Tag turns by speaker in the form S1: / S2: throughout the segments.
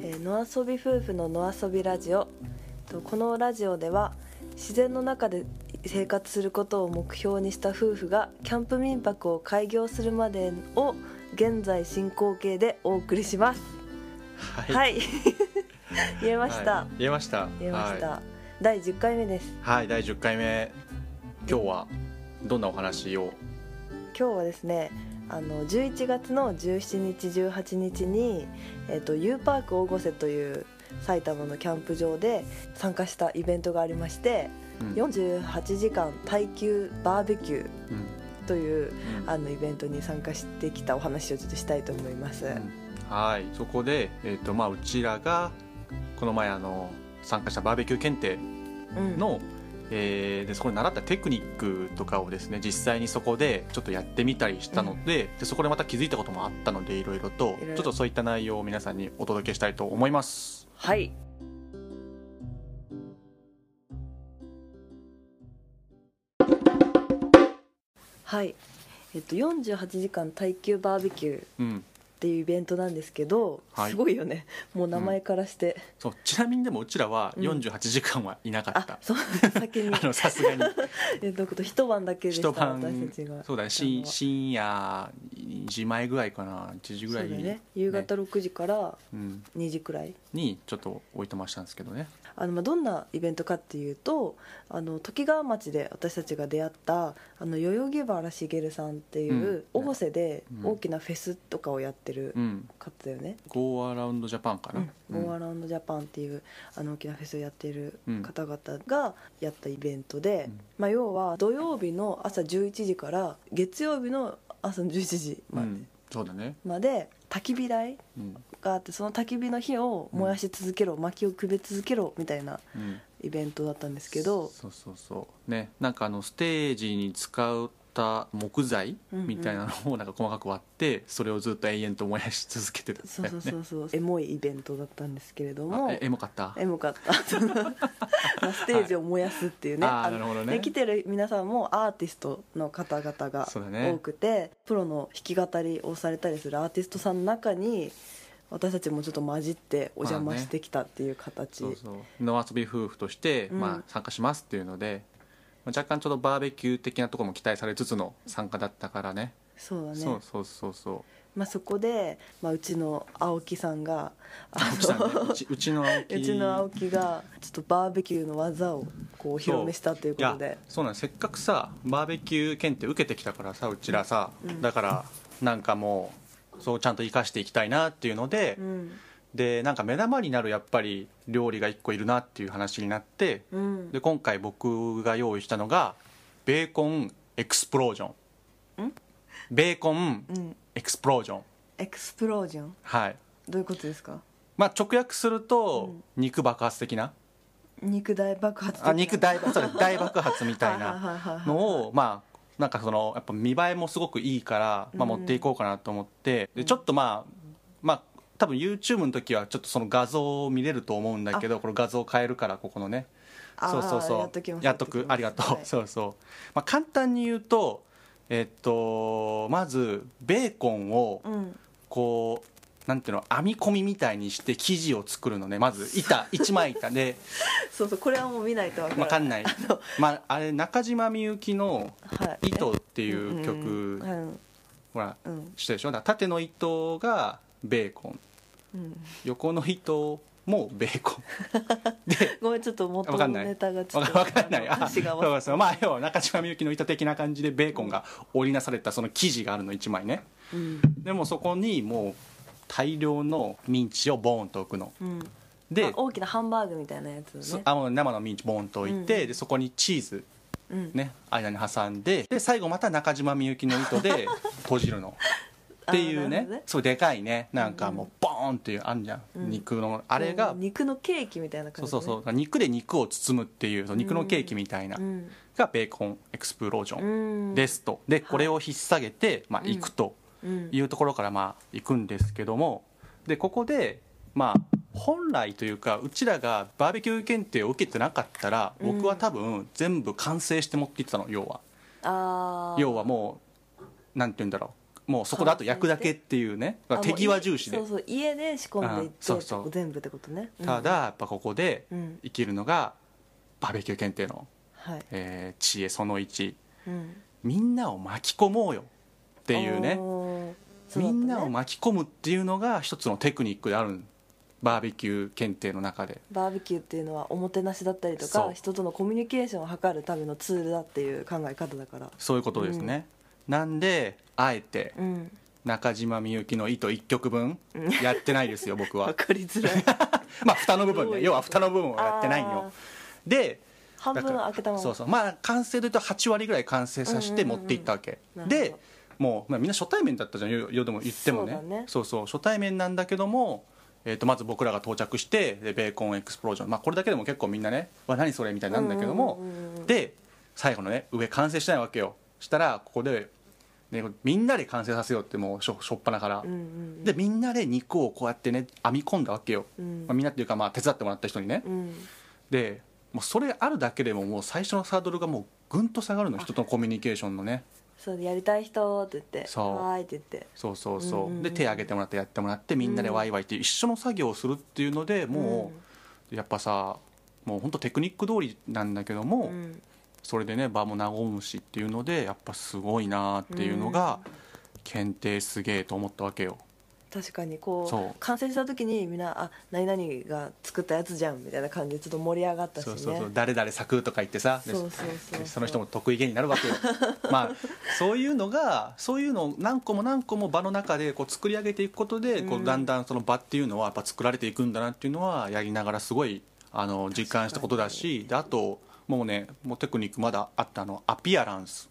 S1: えー野遊び夫婦の野遊びラジオとこのラジオでは自然の中で生活することを目標にした夫婦がキャンプ民泊を開業するまでを現在進行形でお送りしますはい、
S2: はい、
S1: 言えました、
S2: はい言えました。
S1: 言えました、
S2: は
S1: 第10回目です
S2: い、はい第10回目。今日はどんなお話を。
S1: 今日はですねあの11月の17日18日に、えっと U パーク大越瀬という埼玉のキャンプ場で参加したイベントがありまして、
S2: うん
S1: 48時間耐久バーベキュー
S2: うん
S1: という
S2: うん
S1: あのイベントに参加してきたお話をちょっとしたいと思います、
S2: うんはい、そこで、えっ、と、まあ、うちらが。この前、あの、参加したバーベキュー検定
S1: うん
S2: の。えーでそこで習ったテクニックとかをですね実際にそこでちょっとやってみたりしたので,、でそこでまた気づいたこともあったのでいろいろと
S1: いろいろ
S2: ちょっとそういった内容を皆さんにお届けしたいと思います。
S1: はいはいえっと48時間耐久バーベキュー
S2: うん、
S1: っていうイベントなんですけど、
S2: はい
S1: すごいよねもう名前からして、
S2: そうちなみにでもうちらは
S1: うん
S2: 48時間はいなかった
S1: あ、そう なんです先に
S2: あのさ すがに
S1: えっと一晩だけでした
S2: 一晩
S1: 私たちが
S2: そうだね
S1: あ
S2: し
S1: の
S2: 深夜2時前ぐらいかな1時ぐらい
S1: そう
S2: に、
S1: だね夕方6時から
S2: うん、
S1: 2時くらい、
S2: にちょっとおいとましたんですけどね
S1: あのまあどんなイベントかっていうとあの時川町で私たちが出会ったあの代々木原茂さんっていう
S2: うん
S1: 大瀬で
S2: うん
S1: 大きなフェスとかをやってる
S2: うん
S1: 方だよね、
S2: 「Go Around Japan」か
S1: う
S2: な、
S1: ん
S2: うん
S1: ゴーアラウンドジャパンっていうあの大きなフェスをやっている方々がやったイベントで、
S2: うん
S1: まあ、要は土曜日の朝11時から月曜日の朝の11時ま
S2: う
S1: で,、
S2: んそうだね、
S1: まで焚き火台
S2: うん
S1: があってその焚き火の火を燃やし続けろ、薪をくべ続けろみたいな
S2: うん、
S1: イベントだったんですけど。
S2: そうそうそうねなんかあのステージに使った木材
S1: うんうん
S2: みたいなのをなんか細かく割ってそれをずっと延々と燃やし続けてたん
S1: そう
S2: だよ
S1: そ
S2: ね
S1: うそうそう、エモいイベントだったんですけれども
S2: あえエモかった
S1: エモかった まあステージを燃やすっていうね,
S2: はいあー
S1: あの、
S2: なるほどね
S1: 来てる皆さんもアーティストの方々が
S2: そうだね
S1: 多くて、プロの弾き語りをされたりするアーティストさんの中に私たちもちょっと混じってお邪魔してきたっていう形、
S2: そうそう野遊び夫婦として、
S1: うん
S2: まあ、参加しますっていうので、まあ、若干ちょっとバーベキュー的なところも期待されつつの参加だったからね
S1: そうだね
S2: そうそうそうそう
S1: まあ、そこで、まあ、うちの青木さんがあ
S2: 青 木さんねうちうちの青木
S1: うちの青木がちょっとバーベキューの技をこうお披露目したということ
S2: いや
S1: で
S2: そうなんせっかくさバーベキュー検定受けてきたからさうちらさ、
S1: うん
S2: だからなんかもうそうちゃんと生かしていきたいなっていうので、
S1: うん
S2: でなんか目玉になるやっぱり料理が1個いるなっていう話になって
S1: うん
S2: で今回僕が用意したのがベーコンエクスプロージョン
S1: ん
S2: ベーコン
S1: うん、
S2: エクスプロージョン
S1: エクスプロージョン
S2: はい
S1: どういうことですか
S2: まあ直訳すると、肉爆発的な
S1: 肉大爆発的な
S2: あ肉大そうだ大爆発みたい
S1: はいはいはい
S2: な
S1: はい
S2: のをまあなんかそのやっぱ見栄えもすごくいいから、まあ、持っていこうかなと思って、でちょっとまあまあ多分 YouTube の時はちょっとその画像を見れると思うんだけどこの画像を変えるからここのね
S1: あー
S2: そうそうそう
S1: やっときます
S2: やっとくありがとう、
S1: はい
S2: そうそう、まあ、簡単に言うとえっとまずベーコンを
S1: うん
S2: こうなんていうの編み込みみたいにして生地を作るのねまず板一枚 板で
S1: そうそうこれはもう見ないとわから
S2: わかんないまああれ中島みゆきの
S1: は
S2: 「糸」って
S1: て
S2: いう曲、
S1: うん
S2: ほら
S1: うん
S2: してるでしょだから縦の糸がベーコン
S1: うん
S2: 横の糸もベーコン
S1: ごめんちょっと元
S2: わか
S1: の
S2: んない
S1: ネタ がちょ
S2: わ
S1: っ
S2: か
S1: と
S2: わかんない
S1: あの
S2: あ
S1: 歌詞が
S2: そうそうまあ要は中島みゆきの糸的な感じでベーコンが織りなされたその生地があるの1枚ね
S1: うん
S2: でもそこにもう大量のミンチをボーンと置くの
S1: うんあ
S2: で
S1: 大きなハンバーグみたいなやつ
S2: そ
S1: ね
S2: あもう生のミンチボーンと置いて、
S1: うんうん
S2: でそこにチーズ
S1: うん
S2: ね間に挟んでで最後また中島みゆきの糸で閉じるのっていう
S1: あーな
S2: ね
S1: るほどね
S2: そうでかいねなんかもうボーンっていうあんじゃん、
S1: うん
S2: 肉のあれが、
S1: うん肉のケーキみたいな
S2: そ
S1: 感
S2: う
S1: じ
S2: そうそうだから肉で肉を包むっていうそう肉のケーキみたいな、
S1: うん
S2: がベーコンエクスプロージョン
S1: うん
S2: ですとでこれを引っ提げて、まあ、
S1: うん
S2: 行くと
S1: うん
S2: いうところからまあ行くんですけどもでここでまあ本来というかうちらがバーベキュー検定を受けてなかったら
S1: うん
S2: 僕は多分全部完成して持って行ってたの要は
S1: あー
S2: 要はもうなんて言うんだろうもうそこであと焼くだけっていうね
S1: あもう
S2: 手際重視で
S1: そうそう家で仕込んでいって、
S2: うんそうそう
S1: 全部ってことねうん
S2: ただやっぱここで
S1: うん
S2: 生きるのがバーベキュー検定の、
S1: はい、
S2: えー知恵その1
S1: うん、
S2: みんなを巻き込もうよっていうね
S1: おーそうだっ
S2: み
S1: たね
S2: んなを巻き込むっていうのが一つのテクニックであるんバーベキュー検定の中で
S1: バーベキューっていうのはおもてなしだったりと
S2: そ
S1: か
S2: う
S1: 人とのコミュニケーションを図るためのツールだっていう考え方だから
S2: そういうことですね、なんであえて
S1: うん
S2: 中島みゆきの糸1曲分やってないですよ 僕
S1: わ
S2: は
S1: かりづら い
S2: まあ蓋の部分
S1: どういうこ
S2: ね
S1: と
S2: 要は蓋の部分をやってないんよで
S1: あー半分
S2: だから
S1: 開けたまま
S2: そうそうまあ完成というと8割ぐらい完成させて
S1: うんうん
S2: 持
S1: うん
S2: っていったわけ、
S1: なるほど
S2: でもう、まあ、みんな初対面だったじゃんよよでも言ってもね
S1: そうだね
S2: そうそう初対面なんだけども、えー、とまず僕らが到着してでベーコンエクスプロージョン、まあ、これだけでも結構みんなね「わ何それ」みたいになるんだけども、
S1: うんうんうんうん
S2: で最後のね上完成してないわけよしたらここで、ね、みんなで完成させようってもうしょしょっぱなから、
S1: うんうん
S2: でみんなで肉をこうやってね編み込んだわけよ、
S1: うん
S2: まあ、みんなっていうかまあ手伝ってもらった人にね、
S1: うん
S2: でもうそれあるだけでももう最初のサードルがもうぐんと下がるの人とのコミュニケーションのね
S1: そうやりたい人って言って
S2: そう
S1: はーいって言って
S2: そうそうそう,、
S1: うんうんうん
S2: で手挙げてもらってやってもらってみんなでワイワイっていう一緒の作業をするっていうのでもう、やっぱさもう本当テクニック通りなんだけど
S1: うん
S2: も、
S1: うん
S2: それでね場も和むしっていうのでやっぱすごいなっていうのが、検定すげえと思ったわけよ
S1: 確かにこう
S2: そう
S1: 完成した時にみんな「あ何々が作ったやつじゃん」みたいな感じでちょっと盛り上がったし
S2: そ
S1: ね
S2: うそうそう誰々作とか言ってさで
S1: そうそうそう
S2: でその人も得意げになる わけよまあそういうのがそういうのを何個も何個も場の中でこう作り上げていくことでこ
S1: うん
S2: うだんだんその場っていうのはやっぱ作られていくんだなっていうのはやりながらすごいあの実感したことだしであともうねもうテクニックまだあったのアピアランス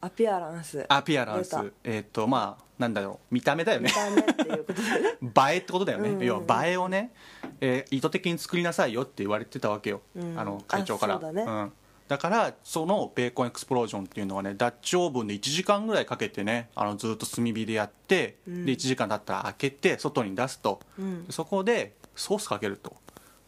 S1: アピアランス
S2: アピアランス
S1: 出た
S2: えっ、とまあなんだろう見た目だよ
S1: 見
S2: ね
S1: た目っていうことで ね
S2: 映えってことだよね、
S1: うんうんうん
S2: 要は映えをね、えー意図的に作りなさいよって言われてたわけよ、
S1: うん
S2: あの会長から
S1: あそうだね
S2: んだからそのベーコンエクスプロージョンっていうのはねダッチオーブンで1時間ぐらいかけてねあのずっと炭火でやって、
S1: うん
S2: で1時間経ったら開けて外に出すと、
S1: うん
S2: そこでソースかけると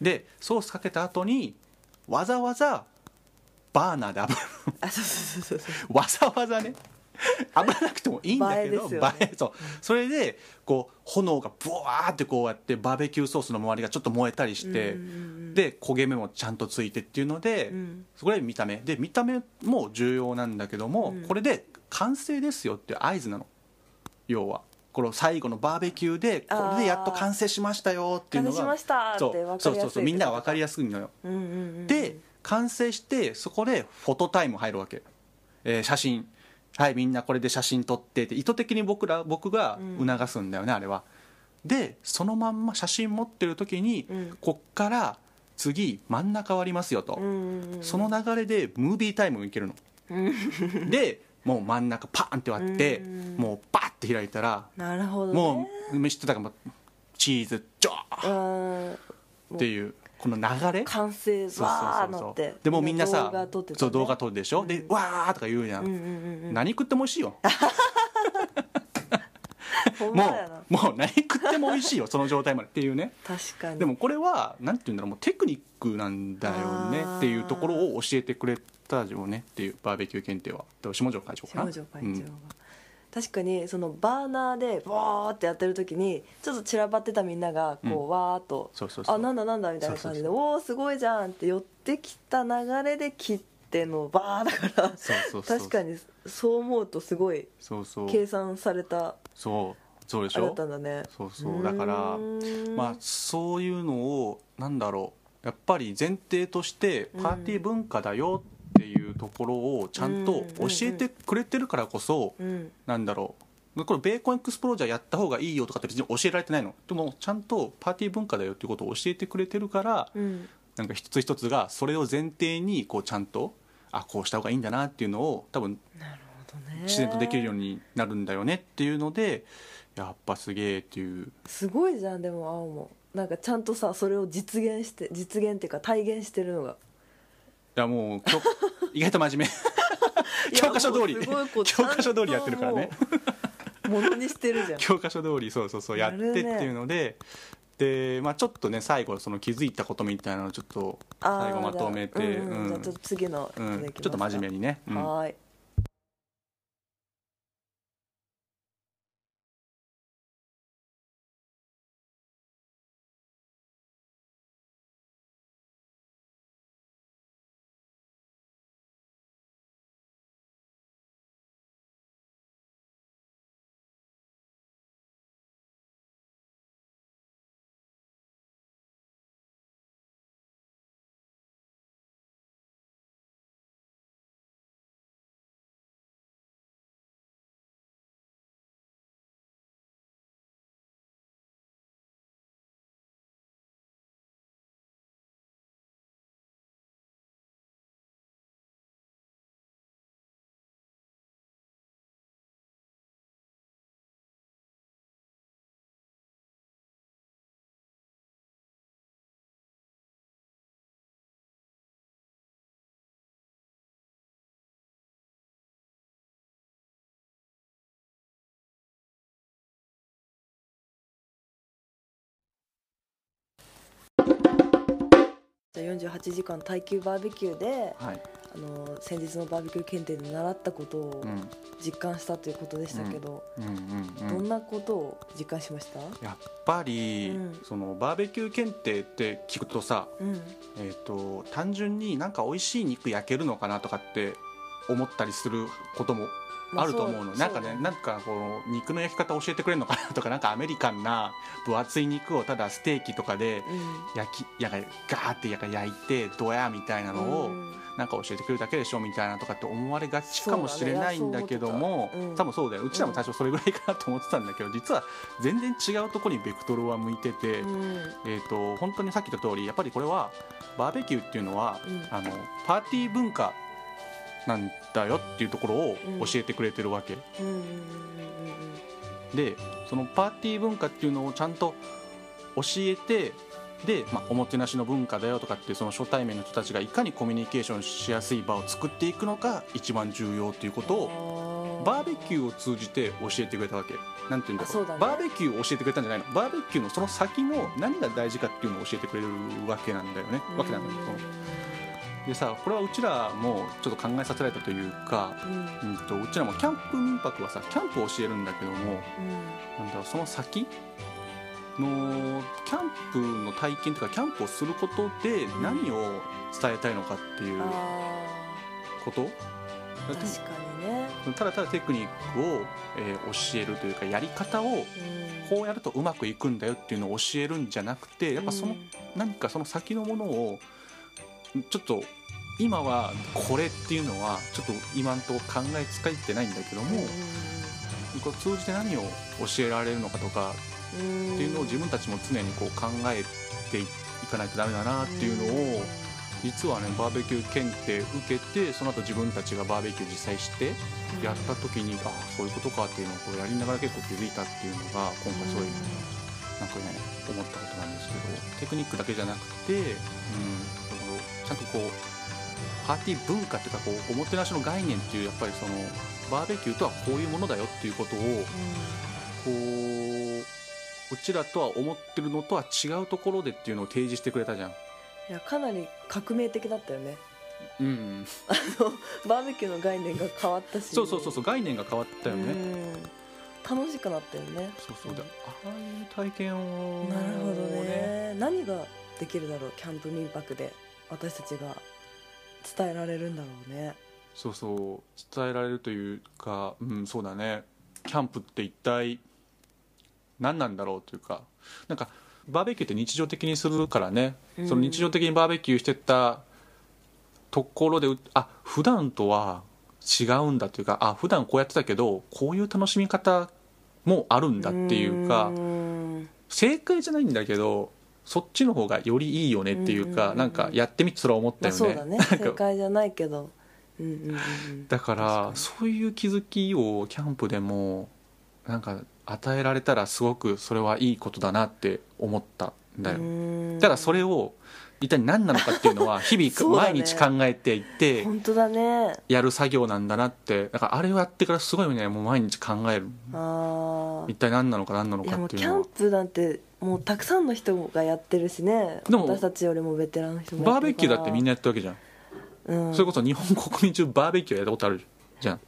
S2: でソースかけた後にわざわざバーナーで炙る
S1: あそうそうそうそうそう
S2: わざわざね炙らなくてもいいんだけ
S1: 映えで
S2: ど
S1: す
S2: 映え,、
S1: よね
S2: そうそれでこう炎がブワーってこうやってバーベキューソースの周りがちょっと燃えたりして、
S1: うんうんうん
S2: で焦げ目もちゃんとついてっていうので、
S1: うん
S2: そこで見た目で見た目も重要なんだけども、
S1: うん
S2: これで完成ですよっていう合図なの要はこの最後のバーベキューでこれでやっと完成しましたよっていうのが
S1: 完成しましたって
S2: そう
S1: 分かりやすい
S2: そうそうそうみんな分かりやすいのよ
S1: うんうんうん
S2: で完成してそこでフォトタイム入るわけ、えー写真はいみんなこれで写真撮ってって意図的に僕ら僕が
S1: うん
S2: 促すんだよね、あれはでそのまんま写真持ってる時に、
S1: うん
S2: こっから次真ん中割りますよと、
S1: うんうんうん
S2: その流れでムービータイムいけるの、でもう真ん中パーンって割って、
S1: うん
S2: もうバッて開いたら、
S1: なるほどね
S2: もう知ってたかもチーズジョー
S1: うん
S2: っていうこの流れ
S1: 完成
S2: そうそう
S1: わー
S2: そう
S1: な
S2: そ
S1: っ
S2: う
S1: て
S2: でもうみんなさ
S1: 動画撮ってたね
S2: そう動画撮るでしょ、でわーとか言うじゃん、
S1: うんうんうんうん
S2: 何食っても美味しいよ
S1: ほんま
S2: も
S1: やな
S2: うもう何食っても美味しいよその状態までっていうね
S1: 確かに
S2: でもこれはなんて言うんだろうもうテクニックなんだよね
S1: あー
S2: っていうところを教えてくれたよねっていうバーベキュー検定はで下条会長かな
S1: 下条会長が、
S2: うん
S1: 確かにそのバーナーでわーってやってる時にちょっと散らばってたみんながこうわーっと
S2: そうそう
S1: 「
S2: そう
S1: あなんだなんだ」みたいな感じで「
S2: そう
S1: おおーすごいじゃん」って寄ってきた流れで切ってのバーだから
S2: そうそうそう
S1: 確かにそう思うとすごい
S2: そうそう
S1: 計算された
S2: そうそうでし
S1: あれだ
S2: ょ
S1: ったんだね
S2: そうそうだから
S1: うーん
S2: まあそういうのをなんだろうやっぱり前提としてパーティー文化だよっていうところをちゃんと教えてくれてるからこそ
S1: うん
S2: なんだろうこれベーコンエクスプロージャーやった方がいいよとかって別に教えられてないのでもちゃんとパーティー文化だよっていうことを教えてくれてるから
S1: うん
S2: なんか一つ一つがそれを前提にこうちゃんとあこうした方がいいんだなっていうのを多分自然とできるよう
S1: に
S2: になるんだよねっていうのでやっぱすげえっていう
S1: すごいじゃんでも青もなんかちゃんとさそれを実現して実現っていうか体現してるのが
S2: いやもうきょ 意外と真面目 教科書通り
S1: いやもうすごいこう
S2: 教科書通りやってるからね
S1: ちゃんと もうものにしてるじ ゃん
S2: 教科書通りそうそうそう
S1: や
S2: やっ
S1: る
S2: て
S1: ね
S2: っていうので、で、まあ、ちょっとね最後その気づいたことみたいなのをちょっと
S1: あー
S2: 最後まとめて
S1: じゃあうんうん
S2: うん
S1: じゃあちょっと次の
S2: う
S1: いただ
S2: ん、
S1: きますか
S2: ちょっと真面目にね、うん
S1: はーいじゃあ48時間耐久バーベキューで
S2: はい、
S1: あの先日のバーベキュー検定で習ったことを
S2: うん、
S1: 実感したということでしたけど、
S2: うんうんうん
S1: どんなことを実感しました、
S2: やっぱり、
S1: うん
S2: そのバーベキュー検定って聞くとさ、
S1: うん
S2: えー、と単純になんか美味しい肉焼けるのかなとかって思ったりすることも
S1: ま
S2: あると思うの、
S1: そ
S2: なんか
S1: そ
S2: ね
S1: うだ
S2: なんかこの肉の焼き方教えてくれるのかなとかなんかアメリカンな分厚い肉をただステーキとかで焼きやがガーってやが焼いてドヤみたいな
S1: うん
S2: のをなんか教えてくれるだけでしょみたいなとかって思われがちかもしれないんだけども、
S1: そうだねうん
S2: 多分そうだようちらも最初それぐらいかなと思ってたんだけど実は全然違うところにベクトルは向いてて、
S1: うんうん
S2: えー、と本当にさっき言った通りやっぱりこれはバーベキューっていうのは、
S1: うん
S2: あのパーティー文化なんだよっていうところを
S1: うん
S2: 教えてくれてるわけ、
S1: うんうんうん
S2: でそのパーティー文化っていうのをちゃんと教えてで、まあ、おもてなしの文化だよとかってその初対面の人たちがいかにコミュニケーションしやすい場を作っていくのが一番重要っていうことを
S1: を
S2: バーベキ
S1: ー
S2: ューを通じて教えてくれたわけなんていうんだ
S1: あ
S2: ろ
S1: そううだね
S2: バーベキューを教えてくれたんじゃないのバーベキューのその先の何が大事かっていうのを教えてくれるわけなんだよねわけなんだよそうでさこれはうちらもちょっと考えさせられたというか、
S1: うん
S2: うん、とうちらもキャンプ民泊はさキャンプを教えるんだけどもなんだろうその先のキャンプの体験とかキャンプをすることで何を伝えたいのかっていう
S1: うん、
S2: う
S1: あ
S2: こと
S1: ー確かにね、
S2: ただただテクニックを、えー教えるというかやり方を
S1: うん、
S2: こうやるとうまくいくんだよっていうのを教えるんじゃなくてやっぱその何かその先のものをちょっと今はこれっていうのはちょっと今んとこ考えつかれてないんだけどもこう通じて何を教えられるのかとか
S1: うん
S2: っていうのを自分たちも常にこう考えていかないとダメだなっていうのを実はねバーベキュー検定受けてその後自分たちがバーベキュー実際してやった時にあそういうことかっていうのをこうやりながら結構気づいたっていうのが今回すごいなんかね思ったことなんですけどテクニックだけじゃなくて、うん、このちゃんとこうパーティー文化っていうかこうおもてなしの概念っていうやっぱりそのバーベキューとはこういうものだよっていうことをこううちらとは思ってるのとは違うところでっていうのを提示してくれたじゃん。
S1: いやかなり革命的だったよね
S2: うん、
S1: バーベキューの概念が変わったし
S2: そうそうそうそう概念が変わったよね。
S1: うん楽しくなったよね
S2: そうそうでああいう体験を
S1: なるほどね何ができるだろうキャンプ民泊で私たちが伝えられるんだろうね
S2: そうそう伝えられるというかうんそうだねキャンプって一体何なんだろうというかなんかバーベキューって日常的にするからね、
S1: うん
S2: その日常的にバーベキューしてたところでうあ普段とは違うんだというかあ普段こうやってたけどこういう楽しみ方もあるんだっていうか
S1: ん
S2: 正解じゃないんだけどそっちの方がよりいいよねっていう
S1: うんうん
S2: か
S1: うん
S2: なんかやってみてそれは思っ
S1: まあ
S2: たよ
S1: そうだね
S2: なんか
S1: 正解じゃないけどうんうんうんうん
S2: だから
S1: 確かに
S2: そういう気づきをキャンプでもなんか与えられたらすごくそれはいいことだなって思ったんだよ、
S1: うん
S2: ただそれを一体何なのかっていう のは日
S1: そう
S2: 々
S1: だね
S2: 毎日考えていって
S1: 本当だね
S2: やる作業なんだなってだからあれをやってからすごいねもう毎日考える
S1: ああ
S2: 一体何なのか何なの
S1: いや
S2: か
S1: も
S2: っ
S1: う
S2: て
S1: キ
S2: いう
S1: ャ
S2: の
S1: ン
S2: は
S1: プなんてもうたくさんの人がやってるしね
S2: でも
S1: 私たちよりもベテランの人も
S2: バーベキューだってみん
S1: な、
S2: なやったわけじゃん、
S1: うん、
S2: それこそ日本国民中バーベキューやったことあるじゃん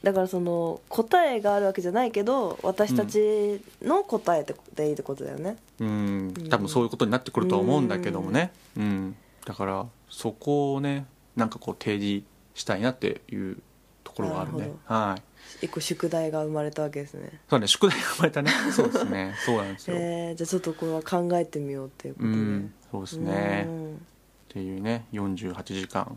S1: だからその答えがあるわけじゃないけど私たちの答えってでいいってことだよね、
S2: うん多分そういうことになってくるとは思うんだけどもね、うんだからそこをねなんかこう提示したいなっていうところがある
S1: なる
S2: ね
S1: ほ
S2: はい
S1: 一個宿題が生まれたわけですね
S2: そうだね宿題が生まれ たねそうですねそうなんですよ、
S1: えー、じゃあちょっとこれは考えてみようっていうこと
S2: う
S1: で、
S2: んそうですね、
S1: う
S2: っ
S1: ん
S2: ていうね48時間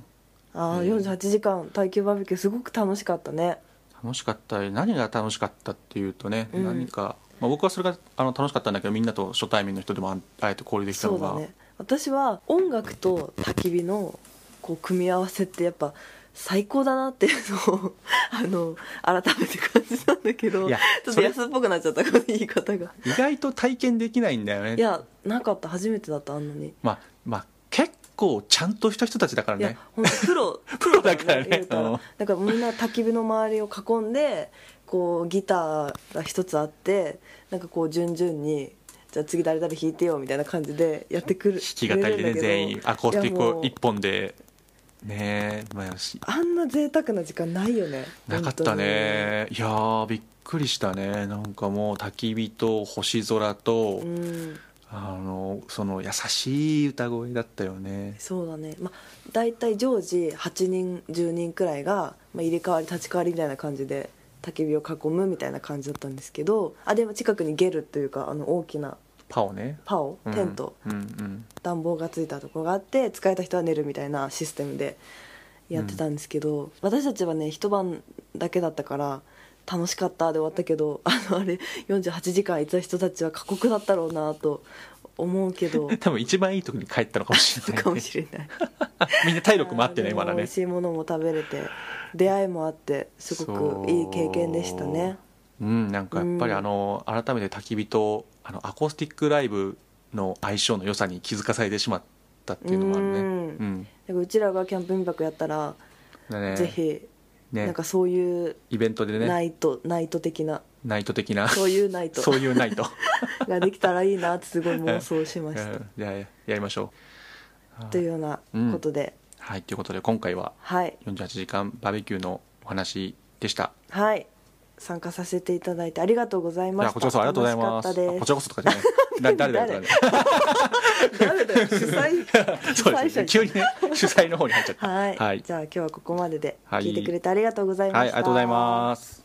S1: ああ
S2: うん
S1: 48時間耐久バーベキューすごく楽しかったね
S2: 楽しかったり何が楽しかったっていうとね、
S1: うん
S2: 何か、まあ、僕はそれがあの楽しかったんだけどみんなと初対面の人でもああえて交流できた
S1: そ
S2: の
S1: うだ
S2: が、
S1: ね私は音楽と焚き火のこう組み合わせってやっぱ最高だなっていうのを あの改めて感じたんだけど
S2: い
S1: ちょ
S2: や
S1: っ
S2: そ
S1: と
S2: れ
S1: 安っぽくなっちゃったこの言い方が
S2: 意外と体験できないんだよね
S1: いやなかった初めてだったあんなに
S2: まあまあ結構ちゃんとした人たちだから
S1: いや
S2: ね
S1: 本当プロ
S2: プロだからね
S1: 言うた
S2: うん
S1: らだからみんな焚き火の周りを囲んでこうギターが一つあってなんかこう順々にじゃあ次誰々弾いてよみたいな感じでやってくる
S2: 弾き語りでね全員アコースティックを
S1: 一
S2: 一本でねえ、まあ、し
S1: あんな贅沢な時間ないよね
S2: なかったねいやーびっくりしたねなんかもう焚き火と星空と、
S1: 本当にうん
S2: あのその優しい歌声だったよね
S1: そうだねまあ大体常時8人10人くらいが、まあ、入れ替わり立ち替わりみたいな感じで焚き火を囲むみたいな感じだったんですけどあでも近くにゲルというかあの大きな
S2: パオね
S1: パオ
S2: うん
S1: テント、
S2: うんうん
S1: 暖房がついたところがあって使えた人は寝るみたいなシステムでやってたんですけど、私たちはね一晩だけだったから楽しかったで終わったけどあのあれ48時間いた人たちは過酷だったろうなと思うけど
S2: 多分一番いい時に帰ったのかもしれない、
S1: かもしれない
S2: みんな体力もあってね
S1: あー
S2: まだ
S1: 美
S2: ね
S1: 味しいものも食べれて出会いもあってすごくいい経験でしたね
S2: うんなんかやっぱり
S1: うん
S2: あの、改めて焚き火とあのアコースティックライブの相性の良さに気づかされてしまったっていうのもあるね
S1: うん
S2: うん、
S1: ううちらがキャンプ民泊やったら、
S2: だね
S1: ぜひ
S2: ね
S1: なんかそういう
S2: イベントでね
S1: ナイト、ナイト的な
S2: ナイト的な
S1: そういうナイト
S2: そういうナ イト
S1: ができたらいいなってすごい妄想しまし
S2: う
S1: た
S2: んじゃあやりましょう
S1: というようなことで、
S2: はいということで今回は
S1: はい
S2: 48時間バーベキューのお話でした
S1: はい参加させていただいてありがとうござい
S2: い
S1: ました
S2: やこちらこそありがとうございます
S1: 楽し
S2: あ
S1: か
S2: こ
S1: っ
S2: ちらこそとかじゃないだ誰だよ
S1: 誰
S2: 誰だよ
S1: たです誰だよ 主催主
S2: そ
S1: 催者
S2: うですね
S1: に
S2: 急にね主催の方に入っちゃった
S1: はい、
S2: はい
S1: じゃあ今日はここまでで
S2: はい
S1: 聞いてくれてありがとうございました、
S2: はい、ありがとうございます